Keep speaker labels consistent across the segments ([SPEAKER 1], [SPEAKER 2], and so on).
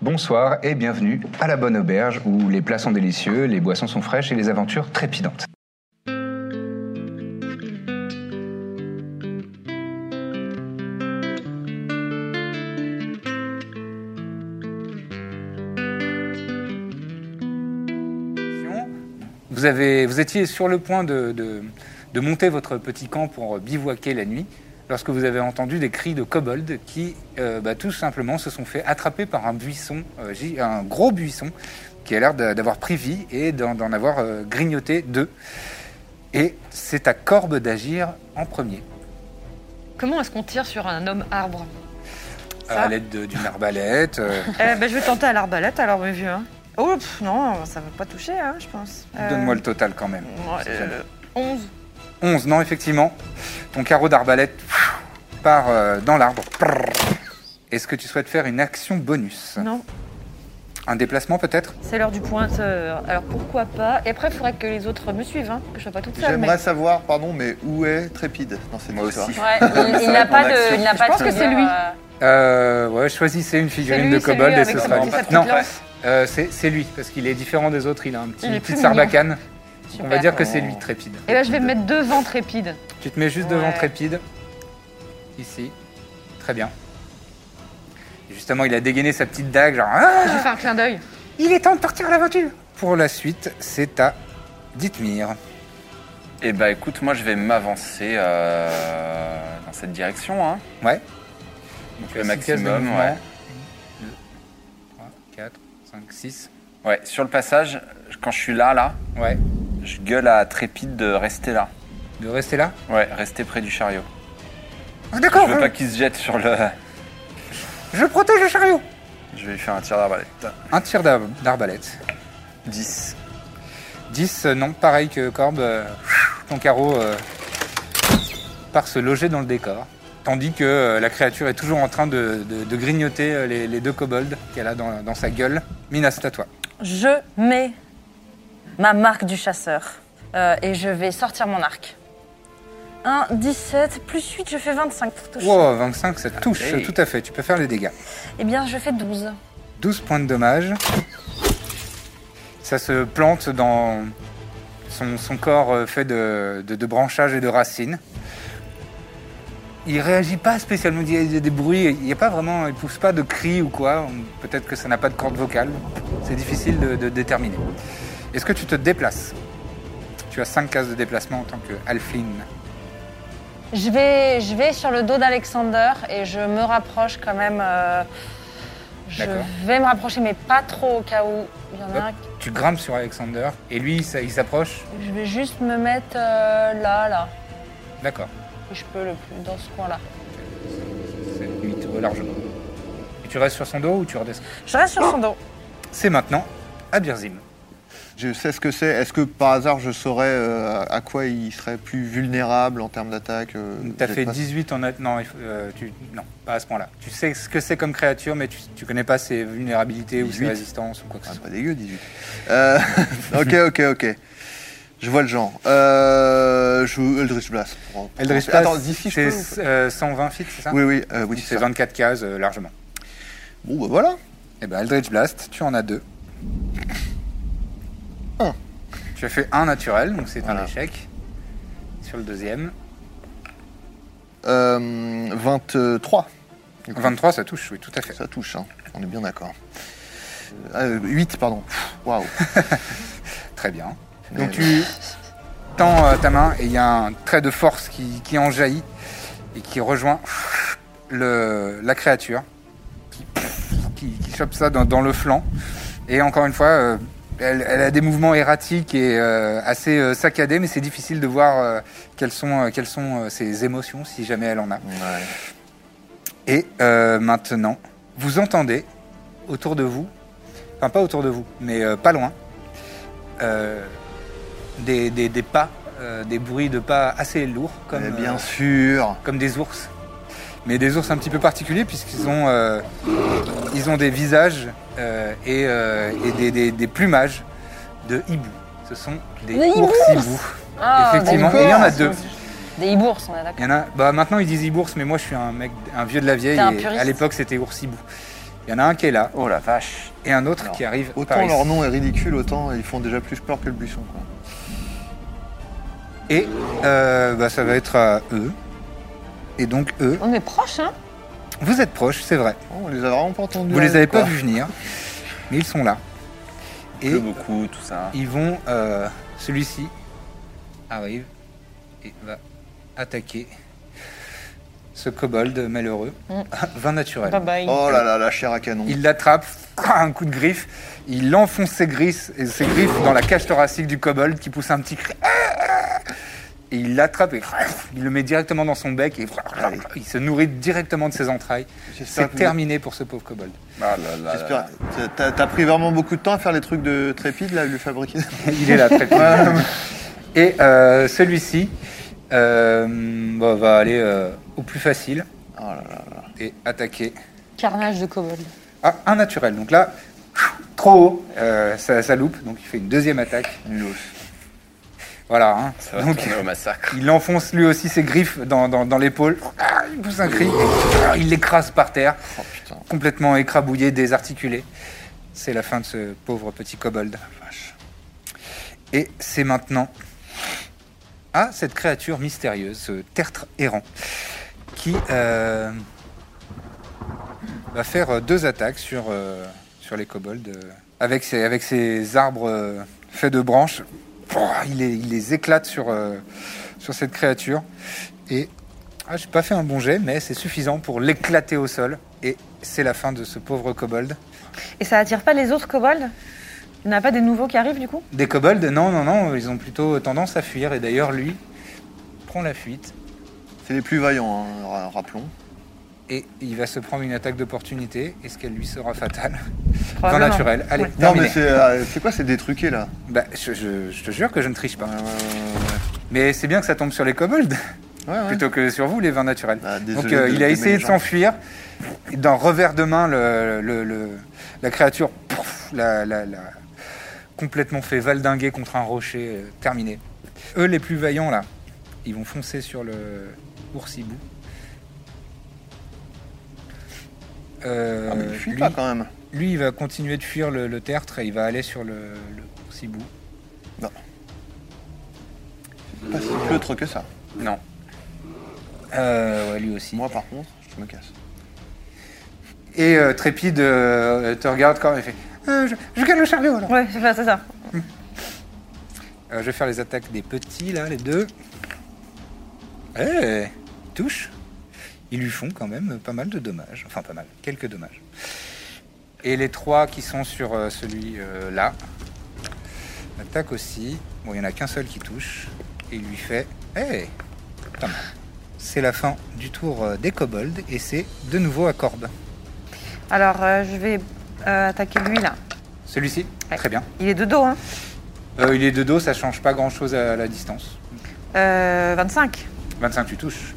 [SPEAKER 1] Bonsoir et bienvenue à la Bonne Auberge où les plats sont délicieux, les boissons sont fraîches et les aventures trépidantes.
[SPEAKER 2] Vous, avez, vous étiez sur le point de, de- de monter votre petit camp pour bivouaquer la nuit lorsque vous avez entendu des cris de kobolds qui, euh, bah, tout simplement, se sont fait attraper par un buisson, euh, gi- un gros buisson, qui a l'air d'a- d'avoir pris vie et d'en d'en avoir euh, grignoté deux. Et c'est à Corbe d'agir en premier,
[SPEAKER 3] Comment est-ce qu'on tire sur un homme arbre Ça.
[SPEAKER 2] à l'aide de- d'une arbalète. euh,
[SPEAKER 3] Eh ben, je vais tenter à l'arbalète alors, mes vieux. hein. Oh, pff, non, ça va pas toucher, hein, je pense. Euh,
[SPEAKER 2] Donne-moi le total quand même.
[SPEAKER 3] ouais, euh, 11.
[SPEAKER 2] 11, non, effectivement. Ton carreau d'arbalète pfiou, part euh, dans l'arbre. Prrr. Est-ce que tu souhaites faire une action bonus
[SPEAKER 3] Non,
[SPEAKER 2] Un déplacement peut-être
[SPEAKER 3] c'est l'heure du pointeur. Alors pourquoi pas Et après, il faudrait que les autres me suivent, hein, que je sois pas toute seule.
[SPEAKER 4] J'aimerais savoir, pardon, mais où est Trépide dans cette
[SPEAKER 2] Moi
[SPEAKER 4] histoire
[SPEAKER 2] aussi.
[SPEAKER 5] Ouais, euh, il- il n'a pas de. Il n'a
[SPEAKER 3] Je
[SPEAKER 5] pas de
[SPEAKER 3] pense que c'est
[SPEAKER 5] souvenir,
[SPEAKER 3] lui.
[SPEAKER 5] euh,
[SPEAKER 2] Euh, ouais, choisissez une
[SPEAKER 3] C'est
[SPEAKER 2] figurine
[SPEAKER 3] lui,
[SPEAKER 2] de
[SPEAKER 3] c'est lui
[SPEAKER 2] kobold et
[SPEAKER 3] avec
[SPEAKER 2] ce
[SPEAKER 3] son
[SPEAKER 2] sera
[SPEAKER 3] petit sac de
[SPEAKER 2] Non,
[SPEAKER 3] glace.
[SPEAKER 2] euh, c'est c'est lui, parce qu'il est différent des autres, il a un petit,
[SPEAKER 3] Il est
[SPEAKER 2] une
[SPEAKER 3] plus
[SPEAKER 2] petite
[SPEAKER 3] mignon.
[SPEAKER 2] sarbacane. On va
[SPEAKER 5] Super.
[SPEAKER 2] dire que c'est lui, Trépide.
[SPEAKER 3] Et là, Eh ben, je vais me mettre devant Trépide.
[SPEAKER 2] Tu te mets juste devant
[SPEAKER 3] Ouais.
[SPEAKER 2] Trépide, ici. Très bien. Et Justement, il a dégainé sa petite dague, genre... Ah
[SPEAKER 3] Je lui fais un clin d'œil.
[SPEAKER 2] il est temps de partir à l'aventure Pour la suite, c'est à Dithmir.
[SPEAKER 6] Eh bah écoute, moi je vais m'avancer euh, dans cette direction. Hein.
[SPEAKER 2] Ouais.
[SPEAKER 6] Donc,
[SPEAKER 2] Le
[SPEAKER 6] le maximum, ouais.
[SPEAKER 2] 3, 4, 5, 6.
[SPEAKER 6] Ouais, sur le passage, quand je suis là, là,
[SPEAKER 2] Ouais.
[SPEAKER 6] je gueule à Trépide de rester là.
[SPEAKER 2] De rester là
[SPEAKER 6] Ouais, rester près du chariot.
[SPEAKER 2] Ah, D'accord,
[SPEAKER 6] Je
[SPEAKER 2] je,
[SPEAKER 6] veux pas qu'il se jette sur le...
[SPEAKER 2] je protège le chariot
[SPEAKER 6] Je vais lui faire un tir d'arbalète.
[SPEAKER 2] Un tir d'ar- d'arbalète.
[SPEAKER 6] 10.
[SPEAKER 2] 10, euh, non, pareil que Corbe, euh, ton carreau euh, part se loger dans le décor. Tandis que euh, la créature est toujours en train de, de- de grignoter euh, les, les deux kobolds qu'elle a dans, dans sa gueule. Minas, c'est à toi.
[SPEAKER 5] Je mets ma marque du chasseur euh, et je vais sortir mon arc. 1, 17, plus 8, je fais 25 pour toucher.
[SPEAKER 2] Wow, 25, ça touche,
[SPEAKER 6] Allez.
[SPEAKER 2] tout à fait. Tu peux faire les dégâts.
[SPEAKER 5] Eh bien, je fais 12.
[SPEAKER 2] 12 points de dommage. Ça se plante dans son, son corps euh, fait de, de- de branchages et de racines. Il réagit pas spécialement, il y a- il y a des bruits, il n'y a pas vraiment, il pousse pas de cris ou quoi. Peut-être que ça n'a pas de corde vocale. C'est difficile de, de déterminer. Est-ce que tu te déplaces Tu as 5 cases de déplacement en tant que Alphine.
[SPEAKER 5] Je vais, je vais sur le dos d'Alexander et je me rapproche quand même. euh, je
[SPEAKER 2] D'accord.
[SPEAKER 5] vais me rapprocher, mais pas trop au cas où il y en a
[SPEAKER 2] Hop.
[SPEAKER 5] un.
[SPEAKER 2] Tu grimpes sur Alexander et lui, il s'a- il s'approche.
[SPEAKER 5] qui- Je vais juste me mettre euh, là, là,
[SPEAKER 2] D'accord.
[SPEAKER 5] où je peux le plus, dans ce coin-là.
[SPEAKER 2] C'est limite euh, largement. Et tu restes sur son dos ou tu redescends
[SPEAKER 5] Je reste sur son dos.
[SPEAKER 2] C'est maintenant à Birzim.
[SPEAKER 4] Je sais ce que c'est. Est-ce que par hasard je saurais euh, à quoi il serait plus vulnérable en termes d'attaque euh,
[SPEAKER 2] T'as
[SPEAKER 4] j'ai
[SPEAKER 2] fait
[SPEAKER 4] pas-
[SPEAKER 2] 18 en... a- Non, il faut- euh, tu... non, pas à ce point-là. Tu sais ce que c'est comme créature, mais tu, tu connais pas ses vulnérabilités ou ses
[SPEAKER 4] 18.
[SPEAKER 2] résistances ou quoi que
[SPEAKER 4] Ah,
[SPEAKER 2] ce soit.
[SPEAKER 4] pas dégueu, 18. Euh, ok, ok, ok. Je vois le genre. Euh, je joue Eldritch Blast. pour- pour
[SPEAKER 2] Eldritch
[SPEAKER 4] commencer.
[SPEAKER 2] Blast,
[SPEAKER 4] Attends, d'ici, je peux ou
[SPEAKER 2] c'est euh, 120 feet, c'est ça
[SPEAKER 4] pas Oui, oui, euh, oui,
[SPEAKER 2] c'est
[SPEAKER 4] c'est ça.
[SPEAKER 2] 24 cases, euh, largement.
[SPEAKER 4] Bon, bah voilà.
[SPEAKER 2] Eh ben, Eldritch Blast, tu en as deux.
[SPEAKER 4] Un.
[SPEAKER 2] Tu as fait un naturel, donc c'est un
[SPEAKER 4] Voilà.
[SPEAKER 2] échec. Sur le deuxième.
[SPEAKER 4] Euh, 23.
[SPEAKER 2] 23, ça touche, oui, tout à fait.
[SPEAKER 4] Ça touche, hein. on est bien d'accord. Euh, 8, pardon. Pff, Waouh.
[SPEAKER 2] Très bien.
[SPEAKER 4] Mais-
[SPEAKER 2] Donc tu tends euh, ta main et il y a un trait de force qui, qui en jaillit et qui rejoint le, la créature, qui, qui, qui chope ça dans, dans le flanc. Et encore une fois, euh, elle, elle a des mouvements erratiques et euh, assez euh, saccadés, mais c'est difficile de voir euh, quelles sont, euh, quelles sont euh, ses émotions, si jamais elle en a.
[SPEAKER 4] Ouais.
[SPEAKER 2] Et euh, maintenant, vous entendez autour de vous, enfin pas autour de vous, mais euh, pas loin, euh, des, des- des pas, euh, des bruits de pas assez lourds, comme,
[SPEAKER 4] Mais
[SPEAKER 2] euh,
[SPEAKER 4] bien sûr.
[SPEAKER 2] comme des ours. Mais des ours un petit peu particuliers puisqu'ils ont, euh, ils ont des visages euh, et, euh, et des, des- des plumages de hibou. Ce sont des
[SPEAKER 5] Des
[SPEAKER 2] ours
[SPEAKER 5] hibours
[SPEAKER 2] hibou.
[SPEAKER 5] Ah,
[SPEAKER 2] Effectivement,
[SPEAKER 5] d'accord.
[SPEAKER 2] et il y en a deux.
[SPEAKER 5] Des hibours, on est d'accord.
[SPEAKER 2] Il y en a. Bah maintenant ils disent hibours, mais moi je suis un mec, un vieux de la vieille.
[SPEAKER 5] T'es un
[SPEAKER 2] et
[SPEAKER 5] puriste.
[SPEAKER 2] à l'époque c'était ours hibou. Il y en a un qui est là
[SPEAKER 6] Oh la vache.
[SPEAKER 2] et un autre
[SPEAKER 4] Alors,
[SPEAKER 2] qui arrive.
[SPEAKER 4] Autant
[SPEAKER 2] par ici.
[SPEAKER 4] leur nom est ridicule, autant ils font déjà plus peur que le buisson. Quoi.
[SPEAKER 2] Et euh, bah, ça va être à eux. Et donc eux,
[SPEAKER 3] On est proche, hein
[SPEAKER 2] vous êtes proches, c'est vrai.
[SPEAKER 4] Oh, on les a vraiment pas entendus.
[SPEAKER 2] Vous les avez
[SPEAKER 4] quoi.
[SPEAKER 2] pas vus venir, mais ils sont là. Et
[SPEAKER 6] Pleut beaucoup, tout ça.
[SPEAKER 2] ils vont. euh, Celui-ci arrive et va attaquer ce kobold malheureux. 20 naturel.
[SPEAKER 3] Bye bye.
[SPEAKER 4] Oh là là, la chair à canon.
[SPEAKER 2] Il l'attrape, un coup de griffe, il enfonce ses, griffes- et ses griffes dans la cage thoracique du kobold qui pousse un petit cri. Et il l'attrape et il le met directement dans son bec et il se nourrit directement de ses entrailles.
[SPEAKER 4] J'espère
[SPEAKER 2] C'est
[SPEAKER 4] que vous-
[SPEAKER 2] terminé pour ce pauvre kobold.
[SPEAKER 6] Ah là là là
[SPEAKER 4] J'espère.
[SPEAKER 6] là.
[SPEAKER 4] T'as t'as pris vraiment beaucoup de temps à faire les trucs de trépide, là, lui fabriquer.
[SPEAKER 2] Il est là, très bien. Et euh, celui-ci euh, bah, va aller euh, au plus facile
[SPEAKER 4] Oh là là.
[SPEAKER 2] et attaquer.
[SPEAKER 5] Carnage de kobold.
[SPEAKER 2] Ah, un naturel. Donc là, trop haut, euh, ça, ça loupe. Donc il fait une deuxième attaque. Voilà. hein.
[SPEAKER 6] Ça va
[SPEAKER 2] Donc,
[SPEAKER 6] tourner au massacre.
[SPEAKER 2] Il enfonce lui aussi ses griffes dans, dans- dans l'épaule. Ah, il pousse un cri. et, ah, il l'écrase par terre,
[SPEAKER 4] Oh putain.
[SPEAKER 2] complètement écrabouillé, désarticulé. C'est la fin de ce pauvre petit kobold. Et c'est maintenant à cette créature mystérieuse, ce tertre errant, qui euh, va faire euh, deux attaques sur, euh, sur les kobolds euh, avec, ses, avec ses arbres euh, faits de branches. Pouah, Il les, il les éclate sur, euh, sur cette créature. Et ah, j'ai pas fait un bon jet, mais c'est suffisant pour l'éclater au sol. Et c'est la fin de ce pauvre kobold.
[SPEAKER 3] Et ça attire pas les autres kobolds Il n'y en a pas des nouveaux qui arrivent, du coup
[SPEAKER 2] Des kobolds, non, non, non, ils ont plutôt tendance à fuir. Et d'ailleurs, lui prend la fuite
[SPEAKER 4] C'est les plus vaillants, hein, ra- rappelons.
[SPEAKER 2] et il va se prendre une attaque d'opportunité. Est-ce qu'elle lui sera fatale Vin
[SPEAKER 3] Probablement.
[SPEAKER 2] naturel. Allez,
[SPEAKER 3] Ouais.
[SPEAKER 4] Non,
[SPEAKER 2] terminé.
[SPEAKER 4] mais c'est euh, c'est quoi ces détruqués là
[SPEAKER 2] Bah, je, je- je te jure que je ne triche pas. Mais c'est bien que ça tombe sur les kobolds
[SPEAKER 4] Ouais, ouais.
[SPEAKER 2] plutôt que sur vous, les vins naturels.
[SPEAKER 4] Ah, désolé
[SPEAKER 2] Donc euh,
[SPEAKER 4] de
[SPEAKER 2] il a
[SPEAKER 4] t'aimer,
[SPEAKER 2] essayé de
[SPEAKER 4] Jean.
[SPEAKER 2] s'enfuir. Et D'un revers de main, le, le- le- la créature pouf, l'a l'a- l'a complètement fait valdinguer contre un rocher. euh, terminé. Eux, les plus vaillants, là, ils vont foncer sur le oursibou. Euh,
[SPEAKER 4] Ah, mais il fuit
[SPEAKER 2] lui-
[SPEAKER 4] pas quand même.
[SPEAKER 2] lui, il va continuer de fuir le, le tertre et il va aller sur le, le Cibou.
[SPEAKER 4] Pas si pleutre que ça.
[SPEAKER 6] Non.
[SPEAKER 2] Euh, ouais, lui aussi.
[SPEAKER 4] Moi par contre, je me casse.
[SPEAKER 2] Et euh, Trépide euh, te regarde quand même et fait Euh, je, je garde le chariot alors.
[SPEAKER 3] Ouais, c'est ça, c'est ça.
[SPEAKER 2] Euh, je vais faire les attaques des petits là, les deux. Eh, touche. Ils lui font quand même pas mal de dommages. Enfin, pas mal, quelques dommages. Et les trois qui sont sur euh, celui-là attaquent aussi. Bon, il n'y en a qu'un seul qui touche. Et il lui fait. Eh, pas mal. C'est la fin du tour euh, des kobolds et c'est de nouveau à Corbe.
[SPEAKER 3] Alors, euh, je vais euh, attaquer lui, là.
[SPEAKER 2] Celui-ci
[SPEAKER 3] Ouais.
[SPEAKER 2] Très bien.
[SPEAKER 3] Il est de dos, hein
[SPEAKER 2] Euh, il est de dos, ça change pas grand chose à la distance.
[SPEAKER 3] Euh, 25.
[SPEAKER 2] 25, tu touches.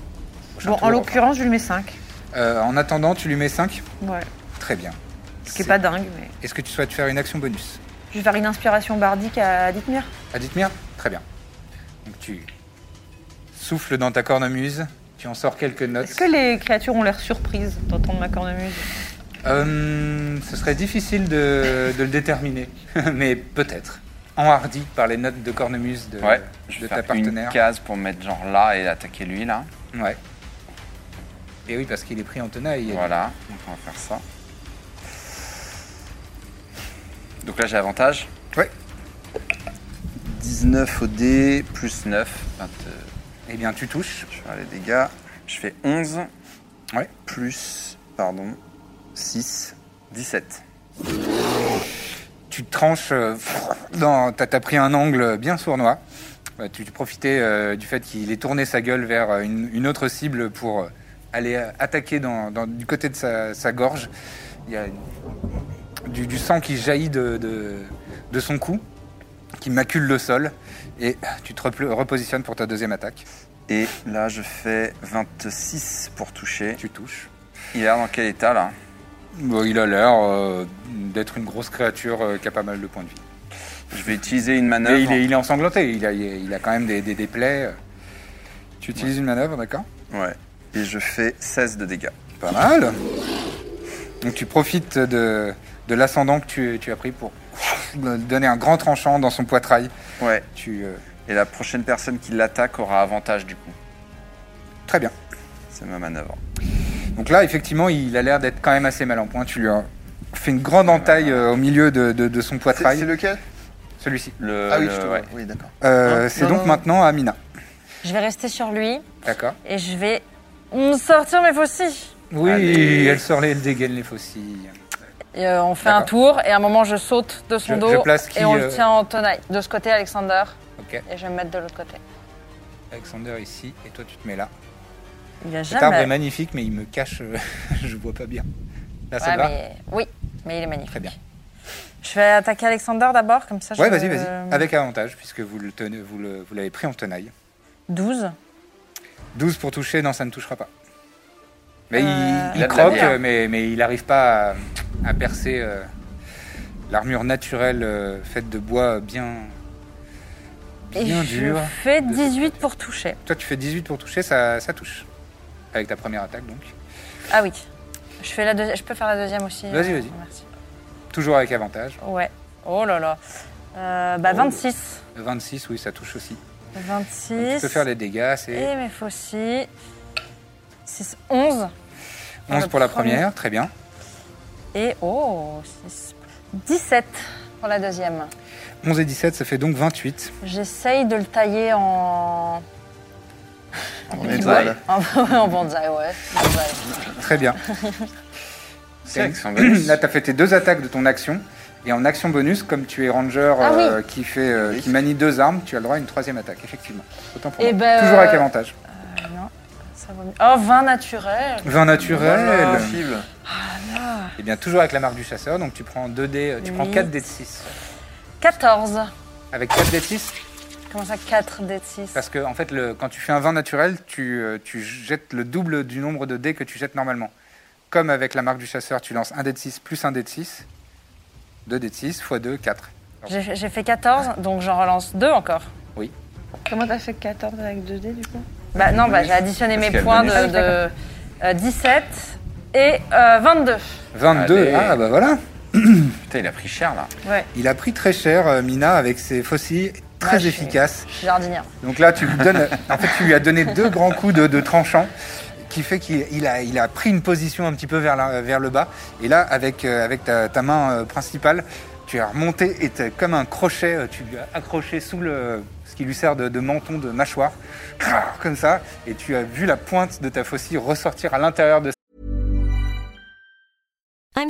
[SPEAKER 2] Prochain tour,
[SPEAKER 3] Bon, en
[SPEAKER 2] enfin.
[SPEAKER 3] l'occurrence, je lui mets 5.
[SPEAKER 2] Euh, en attendant, tu lui mets 5
[SPEAKER 3] Ouais.
[SPEAKER 2] Très bien.
[SPEAKER 3] Ce qui est
[SPEAKER 2] C'est-
[SPEAKER 3] pas dingue, mais.
[SPEAKER 2] Est-ce que tu souhaites faire une action bonus
[SPEAKER 3] Je vais faire une inspiration bardique à Dithmir.
[SPEAKER 2] À Dithmir Très bien. Donc tu souffles dans ta cornemuse, tu en sors quelques notes.
[SPEAKER 3] Est-ce que les créatures ont l'air surprises d'entendre ma cornemuse
[SPEAKER 2] Euh, ce serait difficile de, de le déterminer, mais peut-être. Enhardi par les notes de cornemuse de,
[SPEAKER 6] Ouais,
[SPEAKER 2] euh, de
[SPEAKER 6] je vais
[SPEAKER 2] ta
[SPEAKER 6] faire une
[SPEAKER 2] partenaire.
[SPEAKER 6] case pour mettre genre là et attaquer lui là.
[SPEAKER 2] Ouais. Et oui, parce qu'il est pris en tenaille. il y a
[SPEAKER 6] Voilà, donc on va faire ça. Donc là j'ai avantage.
[SPEAKER 2] du- Ouais.
[SPEAKER 6] 19 au dé, plus 9, 20, euh,
[SPEAKER 2] Eh bien, tu touches.
[SPEAKER 6] je vais faire les dégâts. Je fais 11,
[SPEAKER 2] Ouais.
[SPEAKER 6] plus, pardon, 6, 17.
[SPEAKER 2] tu tranches euh, dans t'as t'as pris un angle bien sournois Euh, tu, tu profitais euh, du fait qu'il ait tourné sa gueule vers euh, une, une autre cible pour euh, Elle est euh, attaquée dans, dans- du côté de sa, sa gorge. Il y a du, du sang qui jaillit de, de- de son cou, qui macule le sol. Et euh, tu te repl- repositionnes pour ta deuxième attaque.
[SPEAKER 6] Et là, je fais 26 pour toucher.
[SPEAKER 2] Tu touches.
[SPEAKER 6] Il est dans quel état là
[SPEAKER 2] Bon, il a l'air euh, d'être une grosse créature euh, qui a pas mal de points de vie.
[SPEAKER 6] Je vais utiliser une
[SPEAKER 2] Mais
[SPEAKER 6] manœuvre.
[SPEAKER 2] il est, il est ensanglanté, il a, il a- il a quand même des, des- des plaies. Tu utilises une manœuvre, d'accord
[SPEAKER 6] Ouais. Et je fais 16 de dégâts.
[SPEAKER 2] Pas mal. Donc tu profites de, de l'ascendant que tu, tu as pris pour donner un grand tranchant dans son poitrail.
[SPEAKER 6] Ouais.
[SPEAKER 2] Tu, euh,
[SPEAKER 6] Et la prochaine personne qui l'attaque aura avantage du coup.
[SPEAKER 2] très bien.
[SPEAKER 6] C'est ma manœuvre.
[SPEAKER 2] Donc là, effectivement, il a l'air d'être quand même assez mal en point. Tu lui as fait une grande entaille euh, au milieu de, de- de son
[SPEAKER 4] C'est
[SPEAKER 2] poitrail.
[SPEAKER 4] c'est lequel
[SPEAKER 2] Celui-ci.
[SPEAKER 6] Le,
[SPEAKER 4] Ah oui,
[SPEAKER 6] le-
[SPEAKER 4] je te vois.
[SPEAKER 6] ouais.
[SPEAKER 4] Oui, d'accord.
[SPEAKER 2] Euh,
[SPEAKER 4] Non,
[SPEAKER 2] C'est
[SPEAKER 4] non,
[SPEAKER 2] donc
[SPEAKER 4] non.
[SPEAKER 2] maintenant à Mina.
[SPEAKER 5] Je vais rester sur lui
[SPEAKER 2] D'accord.
[SPEAKER 5] et je vais mm, sortir mes faucilles.
[SPEAKER 2] Oui,
[SPEAKER 6] Allez.
[SPEAKER 2] elle sort les, elle dégaine les faucilles.
[SPEAKER 5] Et, euh, on fait un tour et à un moment je saute de son
[SPEAKER 2] Je-
[SPEAKER 5] dos
[SPEAKER 2] je place qui,
[SPEAKER 5] et on
[SPEAKER 2] euh,
[SPEAKER 5] le tient en tenaille. De ce côté Alexander
[SPEAKER 2] Ok.
[SPEAKER 5] et je vais me mettre de l'autre côté.
[SPEAKER 2] Alexander ici, et toi tu te mets là.
[SPEAKER 5] Il a
[SPEAKER 2] Cet arbre est
[SPEAKER 5] jamais.
[SPEAKER 2] magnifique, mais il me cache, euh, je vois pas bien. Là, ça
[SPEAKER 5] Ouais,
[SPEAKER 2] te va
[SPEAKER 5] mais- Oui, mais il est magnifique.
[SPEAKER 2] Très bien.
[SPEAKER 5] Je vais attaquer Alexander d'abord, comme ça je
[SPEAKER 2] Ouais, vas-y, vas-y.
[SPEAKER 5] euh,
[SPEAKER 2] Avec avantage, puisque vous le tenez- vous le- vous l'avez pris en tenaille.
[SPEAKER 5] 12.
[SPEAKER 2] 12 pour toucher, non, ça ne touchera pas. Mais il- il,
[SPEAKER 6] Il a de la
[SPEAKER 2] croque,
[SPEAKER 6] bière.
[SPEAKER 2] euh, mais, mais il n'arrive pas à, à percer euh, l'armure naturelle euh, faite de bois bien,
[SPEAKER 5] Et
[SPEAKER 2] bien
[SPEAKER 5] je
[SPEAKER 2] dur.
[SPEAKER 5] fais 18 pour toucher.
[SPEAKER 2] Toi, tu fais 18 pour toucher, ça, ça touche. Avec ta première attaque, donc.
[SPEAKER 5] Ah oui. Je, fais la deuxi- je peux faire la deuxième aussi.
[SPEAKER 2] Vas-y,
[SPEAKER 5] euh,
[SPEAKER 2] vas-y.
[SPEAKER 5] Merci.
[SPEAKER 2] Toujours avec avantage.
[SPEAKER 5] Ouais. Oh là là. Euh, bah 26.
[SPEAKER 2] 26, oui, ça touche aussi.
[SPEAKER 5] 26.
[SPEAKER 2] Donc, tu Oh. peux faire les dégâts, c'est
[SPEAKER 5] Et mes faucilles. 6, 11.
[SPEAKER 2] 11 pour la première, très bien.
[SPEAKER 5] Et oh, 6. 17 pour la deuxième.
[SPEAKER 2] 11 et 17, ça fait donc 28.
[SPEAKER 5] J'essaye de le tailler en.
[SPEAKER 4] On
[SPEAKER 6] est
[SPEAKER 4] est
[SPEAKER 6] pas
[SPEAKER 4] pas
[SPEAKER 6] là.
[SPEAKER 4] là.
[SPEAKER 5] En, en bonsaï, ouais. bonsaï.
[SPEAKER 2] Très bien.
[SPEAKER 6] C'est avec son bonus.
[SPEAKER 2] Là, tu as fait tes deux attaques de ton action. Et en action bonus, comme tu es ranger
[SPEAKER 5] Ah oui.
[SPEAKER 2] euh, qui, fait, euh, qui manie deux armes, tu as le droit à une troisième attaque, effectivement. Autant pour
[SPEAKER 5] Eh
[SPEAKER 2] moi.
[SPEAKER 5] ben,
[SPEAKER 2] Toujours avec
[SPEAKER 5] euh,
[SPEAKER 2] avantage.
[SPEAKER 5] Ça vaut mieux. Oh, 20 naturel.
[SPEAKER 2] 20 naturel.
[SPEAKER 4] Cible.
[SPEAKER 2] Et Eh bien, toujours avec la marque du chasseur. Donc, tu prends 2 dés, euh, tu prends
[SPEAKER 5] Huit.
[SPEAKER 2] 4 dés de 6.
[SPEAKER 5] 14.
[SPEAKER 2] Avec 4 dés de 6,
[SPEAKER 5] Comment ça, 4 d 6
[SPEAKER 2] parce que en fait, le- quand tu fais un 20 naturel, tu, euh, tu jettes le double du nombre de dés que tu jettes normalement. Comme avec la marque du chasseur, tu lances un dé de 6 plus un dé de 6. 2 dés de 6 fois 2, 4.
[SPEAKER 5] J'ai j'ai fait 14, donc j'en relance 2 encore.
[SPEAKER 3] Comment t'as fait 14 avec 2D du coup Ah
[SPEAKER 5] Bah non, bah, j'ai additionné
[SPEAKER 6] Parce
[SPEAKER 5] mes
[SPEAKER 6] qu'il y a le
[SPEAKER 5] points de,
[SPEAKER 6] bonus.
[SPEAKER 5] de, euh, 17 et euh, 22.
[SPEAKER 2] 22,
[SPEAKER 6] Allez.
[SPEAKER 2] ah bah voilà
[SPEAKER 6] Putain, il a pris cher là.
[SPEAKER 2] Il a pris très cher, euh, Mina, avec ses faucilles très
[SPEAKER 5] Ouais, je suis-
[SPEAKER 2] efficaces.
[SPEAKER 5] Je suis jardinière.
[SPEAKER 2] Donc là, tu lui, donnes, en fait, tu lui as donné deux grands coups de, de tranchant, qui fait qu'il il a, il a pris une position un petit peu vers, la- vers le bas. Et là, avec, euh, avec ta, ta main euh, principale, tu as remonté et t'as- comme un crochet, euh, tu lui as accroché sous le, ce qui lui sert de, de menton, de mâchoire, comme ça. Et tu as vu la pointe de ta faucille ressortir à l'intérieur de
[SPEAKER 7] I'm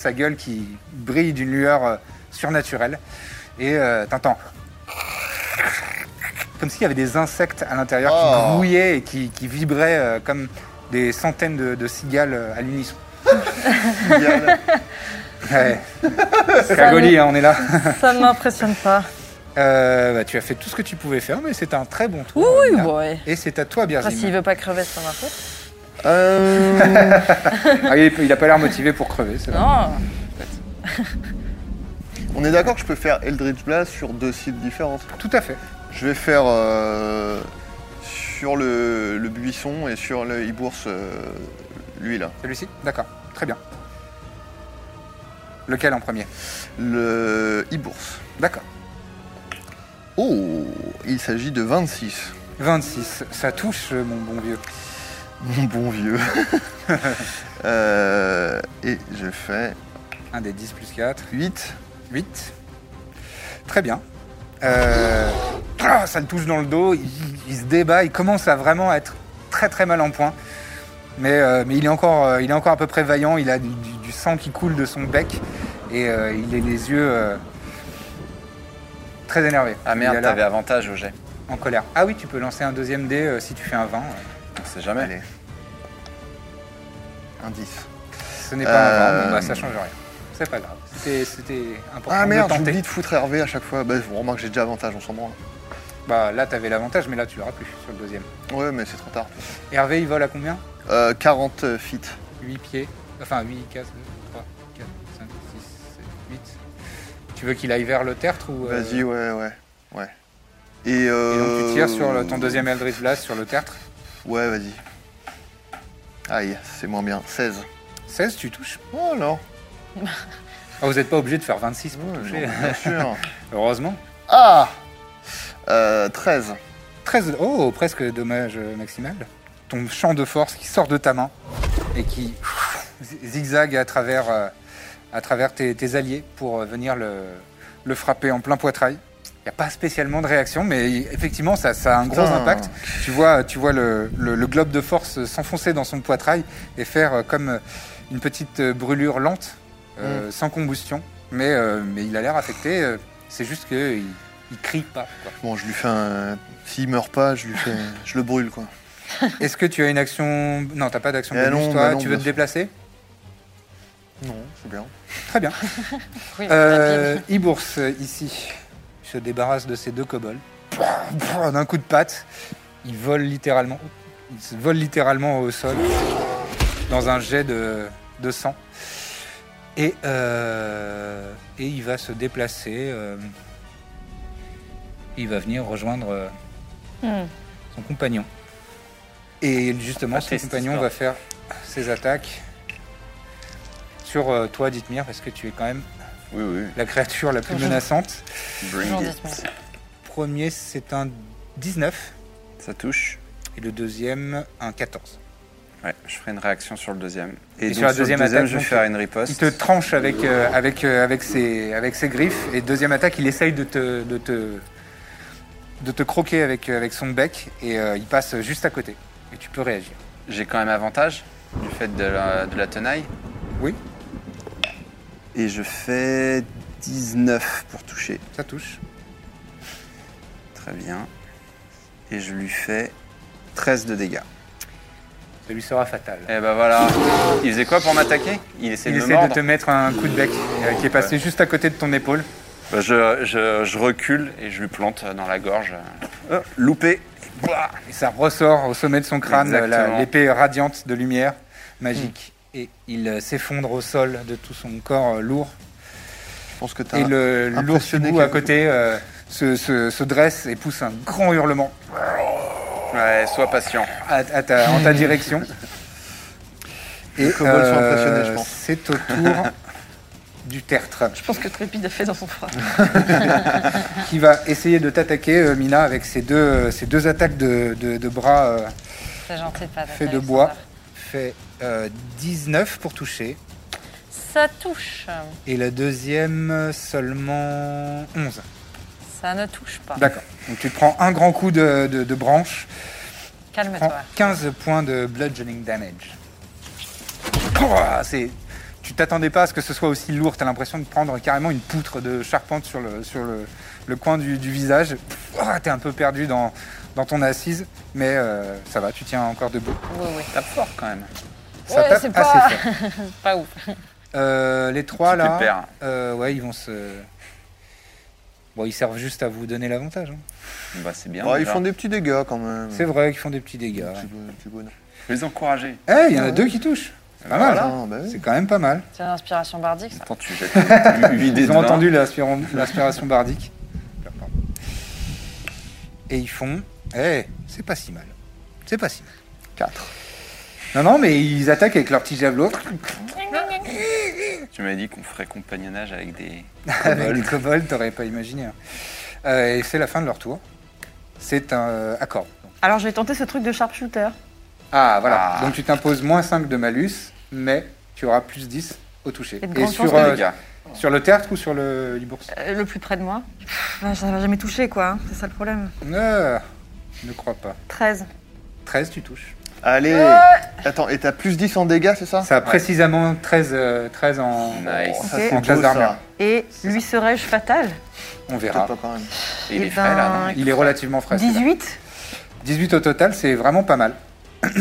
[SPEAKER 2] sa gueule qui brille d'une lueur euh, surnaturelle. Et euh, t'entends. Comme s'il y avait des insectes à l'intérieur qui
[SPEAKER 4] Oh.
[SPEAKER 2] grouillaient et qui, qui vibraient euh, comme des centaines de, de cigales euh, à l'unisson. Ouais. C'est Agoli, hein, on est là.
[SPEAKER 5] Ça ne m'impressionne pas.
[SPEAKER 2] Euh, bah, tu as fait tout ce que tu pouvais faire, mais c'est un très bon tour.
[SPEAKER 5] Oui, oui,
[SPEAKER 2] Nina.
[SPEAKER 5] ouais.
[SPEAKER 2] Et c'est à toi,
[SPEAKER 5] Après, s'il
[SPEAKER 2] Birzim.
[SPEAKER 5] veut pas crever, c'est ma faute.
[SPEAKER 4] Euh,
[SPEAKER 2] Ah, il il a pas l'air motivé pour crever, c'est vrai.
[SPEAKER 5] Non.
[SPEAKER 4] on est d'accord que je peux faire Eldritch Blast sur deux sites différents.
[SPEAKER 2] Tout à fait.
[SPEAKER 4] Je vais faire euh, sur le, le buisson et sur le hibourse, euh, lui là.
[SPEAKER 2] Celui-ci D'accord. Très bien. Lequel en premier
[SPEAKER 4] Le hibourse.
[SPEAKER 2] D'accord.
[SPEAKER 4] Oh, il s'agit de 26.
[SPEAKER 2] 26, ça touche, euh, mon bon vieux.
[SPEAKER 4] Mon bon vieux. Euh, et je fais
[SPEAKER 2] 1 des 10 plus 4,
[SPEAKER 4] 8.
[SPEAKER 2] 8. Très bien. Euh, ah, ça le touche dans le dos, il, il se débat, il commence à vraiment être très très mal en point. Mais, euh, mais il, est encore, euh, il est encore à peu près vaillant, il a du, du- du sang qui coule de son bec et euh, il est les yeux euh, très énervés.
[SPEAKER 6] Ah
[SPEAKER 2] Il
[SPEAKER 6] merde,
[SPEAKER 2] a l'air
[SPEAKER 6] t'avais avantage au jet.
[SPEAKER 2] En colère. Ah oui, tu peux lancer un deuxième dé euh, si tu fais un 20. euh,
[SPEAKER 6] On sait jamais.
[SPEAKER 4] Allez. Un 10.
[SPEAKER 2] Ce n'est pas un
[SPEAKER 4] Euh,
[SPEAKER 2] 20, mais bah, ça change rien. C'est pas grave. C'était- C'était important
[SPEAKER 4] Ah merde,
[SPEAKER 2] de tenter.
[SPEAKER 4] j'oublie de foutre Hervé à chaque fois. Bah, on remarque que j'ai déjà avantage, on s'en branle.
[SPEAKER 2] Bah, là, t'avais l'avantage, mais là, tu l'auras plus sur le deuxième.
[SPEAKER 4] Ouais, mais c'est trop tard.
[SPEAKER 2] Hervé, il vole à combien
[SPEAKER 4] Euh, 40 feet.
[SPEAKER 2] 8 pieds, enfin 8, 4, 3, 4, 5, 6, 7, 8. Tu veux qu'il aille vers le tertre ou. euh,
[SPEAKER 4] Vas-y, ouais, ouais. Ouais. Et,
[SPEAKER 2] Et
[SPEAKER 4] euh,
[SPEAKER 2] donc tu tires sur le- ton deuxième Eldritch Blast sur le tertre.
[SPEAKER 4] Ouais, vas-y. Aïe, c'est moins bien. 16.
[SPEAKER 2] 16, tu touches.
[SPEAKER 4] Oh non,
[SPEAKER 2] Ah, vous n'êtes pas obligé de faire 26 pour
[SPEAKER 4] Ouais,
[SPEAKER 2] toucher.
[SPEAKER 4] non, bien sûr.
[SPEAKER 2] Heureusement.
[SPEAKER 4] Ah Euh, 13.
[SPEAKER 2] 13, oh, presque dommage euh, maximal. Ton champ de force qui sort de ta main et qui zi- zigzague à travers, euh, à travers tes, tes alliés pour euh, venir le, le frapper en plein poitrail. Il n'y a pas spécialement de réaction, mais il- effectivement, ça, ça a un gros
[SPEAKER 4] Putain.
[SPEAKER 2] impact. Tu vois, tu vois le, le- le globe de force s'enfoncer dans son poitrail et faire euh, comme euh, une petite euh, brûlure lente, euh, sans combustion. Mais, euh, mais il a l'air affecté. euh, C'est juste qu'il ne crie pas. quoi.
[SPEAKER 4] Bon, je lui fais un. S'il meurt pas, je lui fais. Je le brûle, quoi.
[SPEAKER 2] Est-ce que tu as une action Non, t'as pas d'action
[SPEAKER 4] Eh
[SPEAKER 2] bonus,
[SPEAKER 4] non,
[SPEAKER 2] toi.
[SPEAKER 4] bah non,
[SPEAKER 2] tu veux
[SPEAKER 4] bien
[SPEAKER 2] te
[SPEAKER 4] sûr.
[SPEAKER 2] déplacer
[SPEAKER 4] Non, c'est bien.
[SPEAKER 2] Très bien.
[SPEAKER 5] Oui,
[SPEAKER 2] Euh, Ibourse, euh, ici, se débarrasse de ces deux kobolds. Pouah, pouah, D'un coup de patte, il vole littéralement. Il se vole littéralement au sol dans un jet de, de sang. Et, euh, et il va se déplacer. euh, il va venir rejoindre euh,
[SPEAKER 3] Hmm.
[SPEAKER 2] son compagnon. Et justement,
[SPEAKER 6] Ah,
[SPEAKER 2] son
[SPEAKER 6] triste
[SPEAKER 2] compagnon
[SPEAKER 6] histoire.
[SPEAKER 2] va faire ses attaques sur euh, toi, Dithmir, parce que tu es quand même
[SPEAKER 6] Oui, oui.
[SPEAKER 2] la créature la plus
[SPEAKER 3] Bonjour.
[SPEAKER 2] menaçante.
[SPEAKER 6] Bring
[SPEAKER 5] Toujours
[SPEAKER 6] it.
[SPEAKER 5] Dithmir.
[SPEAKER 2] Premier, c'est un 19.
[SPEAKER 6] Ça touche.
[SPEAKER 2] Et le deuxième, un 14.
[SPEAKER 6] Ouais, je ferai une réaction sur le deuxième.
[SPEAKER 2] Et
[SPEAKER 6] Et, donc,
[SPEAKER 2] sur la deuxième
[SPEAKER 6] le deuxième
[SPEAKER 2] attaque,
[SPEAKER 6] je vais
[SPEAKER 2] donc,
[SPEAKER 6] faire une
[SPEAKER 2] Il
[SPEAKER 6] riposte.
[SPEAKER 2] te tranche avec, euh, avec, euh, avec, ses, avec ses griffes. Et deuxième attaque, il essaye de te, de te, de te croquer avec, euh, avec son bec. Et euh, il passe juste à côté. Et tu peux réagir.
[SPEAKER 6] J'ai quand même avantage du fait de la, de la tenaille.
[SPEAKER 2] Oui.
[SPEAKER 6] Et je fais 19 pour toucher.
[SPEAKER 2] Ça touche.
[SPEAKER 6] Très bien. Et je lui fais 13 de dégâts.
[SPEAKER 2] Ça lui sera fatal.
[SPEAKER 6] Et bah voilà. Il faisait quoi pour m'attaquer Il essayait
[SPEAKER 2] Eh ben, Il
[SPEAKER 6] de me
[SPEAKER 2] essaie de
[SPEAKER 6] mordre.
[SPEAKER 2] te mettre un coup de bec euh, qui est passé juste à côté de ton épaule.
[SPEAKER 6] Bah, je, je- je recule et je lui plante dans la gorge. Oh, loupé. Bouah.
[SPEAKER 2] Et ça ressort au sommet de son crâne, la-
[SPEAKER 6] Exactement.
[SPEAKER 2] l'épée radiante de lumière magique. Et il euh, s'effondre au sol de tout son corps euh, lourd.
[SPEAKER 4] Je pense que t'as.
[SPEAKER 2] Et le lourd
[SPEAKER 4] impressionné
[SPEAKER 2] hibou à
[SPEAKER 4] que-
[SPEAKER 2] côté euh, se, se- se dresse et pousse un grand hurlement
[SPEAKER 6] Ouais, sois patient.
[SPEAKER 2] à- à ta- en ta direction. Et
[SPEAKER 4] Les kobolds sont impressionnés, je pense.
[SPEAKER 2] c'est au tour du tertre
[SPEAKER 3] Je pense que Trépide a fait dans son froid.
[SPEAKER 2] qui va essayer de t'attaquer, euh, Mina, avec ses deux, euh, ses deux attaques de, de- de bras euh,
[SPEAKER 5] C'est gentil de pas
[SPEAKER 2] faits de
[SPEAKER 5] d'Alexander.
[SPEAKER 2] bois. Fait euh, 19 pour toucher.
[SPEAKER 5] Ça touche.
[SPEAKER 2] Et la deuxième seulement 11.
[SPEAKER 5] Ça ne touche pas.
[SPEAKER 2] D'accord. Donc tu prends un grand coup de, de- de branche, prends
[SPEAKER 5] Calme-toi.
[SPEAKER 2] 15 points de bludgeoning damage. Pouah, c'est- Tu t'attendais pas à ce que ce soit aussi lourd, t'as l'impression de prendre carrément une poutre de charpente sur le, sur le, le coin du, du visage. Pouah, T'es un peu perdu dans, dans ton assise, mais euh, ça va, tu tiens encore debout.
[SPEAKER 5] Oui, oui.
[SPEAKER 6] Tape fort quand même.
[SPEAKER 2] Ça
[SPEAKER 5] Ouais,
[SPEAKER 2] tape
[SPEAKER 5] c'est
[SPEAKER 2] assez
[SPEAKER 5] pas-
[SPEAKER 2] fort.
[SPEAKER 5] C'est pas ouf.
[SPEAKER 2] Euh, les trois
[SPEAKER 6] Tu te
[SPEAKER 2] là,
[SPEAKER 6] perds.
[SPEAKER 2] euh, ouais, ils vont se... Bon, ils servent juste à vous donner l'avantage. hein.
[SPEAKER 6] Bah, c'est bien.
[SPEAKER 4] Ouais, ils
[SPEAKER 6] déjà.
[SPEAKER 4] font des petits dégâts quand même.
[SPEAKER 2] C'est vrai qu'ils font des petits dégâts.
[SPEAKER 4] Petit bon- petit bonheur.
[SPEAKER 6] Je vais les encourager.
[SPEAKER 2] Eh, il y en a deux qui touchent. C'est pas mal. hein.
[SPEAKER 4] Ah, bah oui.
[SPEAKER 2] C'est quand même pas mal.
[SPEAKER 5] C'est une inspiration bardique, ça.
[SPEAKER 6] Attends, tu jettes une idée
[SPEAKER 2] Ils
[SPEAKER 6] de
[SPEAKER 2] ont
[SPEAKER 6] vin.
[SPEAKER 2] entendu l'aspiron- l'aspiration bardique. Et ils font. Eh, c'est pas si mal. C'est pas si mal.
[SPEAKER 4] 4.
[SPEAKER 2] Non, non, mais ils attaquent avec leur petit javelot
[SPEAKER 6] Tu m'avais dit qu'on ferait compagnonnage avec des.
[SPEAKER 2] avec le kobold, t'aurais pas imaginé. hein. Euh, et c'est la fin de leur tour. C'est un accord. Donc,
[SPEAKER 3] Alors je vais tenter ce truc de sharpshooter.
[SPEAKER 2] Ah, voilà.
[SPEAKER 6] Ah.
[SPEAKER 2] Donc tu t'imposes moins 5 de malus, mais tu auras plus 10 au toucher.
[SPEAKER 3] Et de grandes chances
[SPEAKER 2] sur,
[SPEAKER 3] de
[SPEAKER 2] euh,
[SPEAKER 6] dégâts.
[SPEAKER 2] sur le tertre ou sur le libourse
[SPEAKER 3] Euh, le plus près de moi. Pff, bah, ça va jamais toucher quoi, hein. c'est ça le problème.
[SPEAKER 2] Ne, Ah, ne crois pas.
[SPEAKER 3] 13.
[SPEAKER 2] 13, tu touches.
[SPEAKER 4] Allez Attends, et t'as plus 10 en dégâts, c'est ça
[SPEAKER 2] Ça a précisément 13, euh, 13 en,
[SPEAKER 6] Nice.
[SPEAKER 4] Ça,
[SPEAKER 3] Ok.
[SPEAKER 4] c'est
[SPEAKER 2] en classe
[SPEAKER 4] beau,
[SPEAKER 2] d'armure.
[SPEAKER 4] ça.
[SPEAKER 3] Et lui serais-je fatal
[SPEAKER 2] On verra.
[SPEAKER 4] Peut-être pas quand même.
[SPEAKER 6] Et il
[SPEAKER 3] Eh
[SPEAKER 6] est frais là.
[SPEAKER 3] ben,
[SPEAKER 6] non
[SPEAKER 2] Il est relativement frais. celui-là.
[SPEAKER 3] 18
[SPEAKER 2] 18 au total, c'est vraiment pas mal.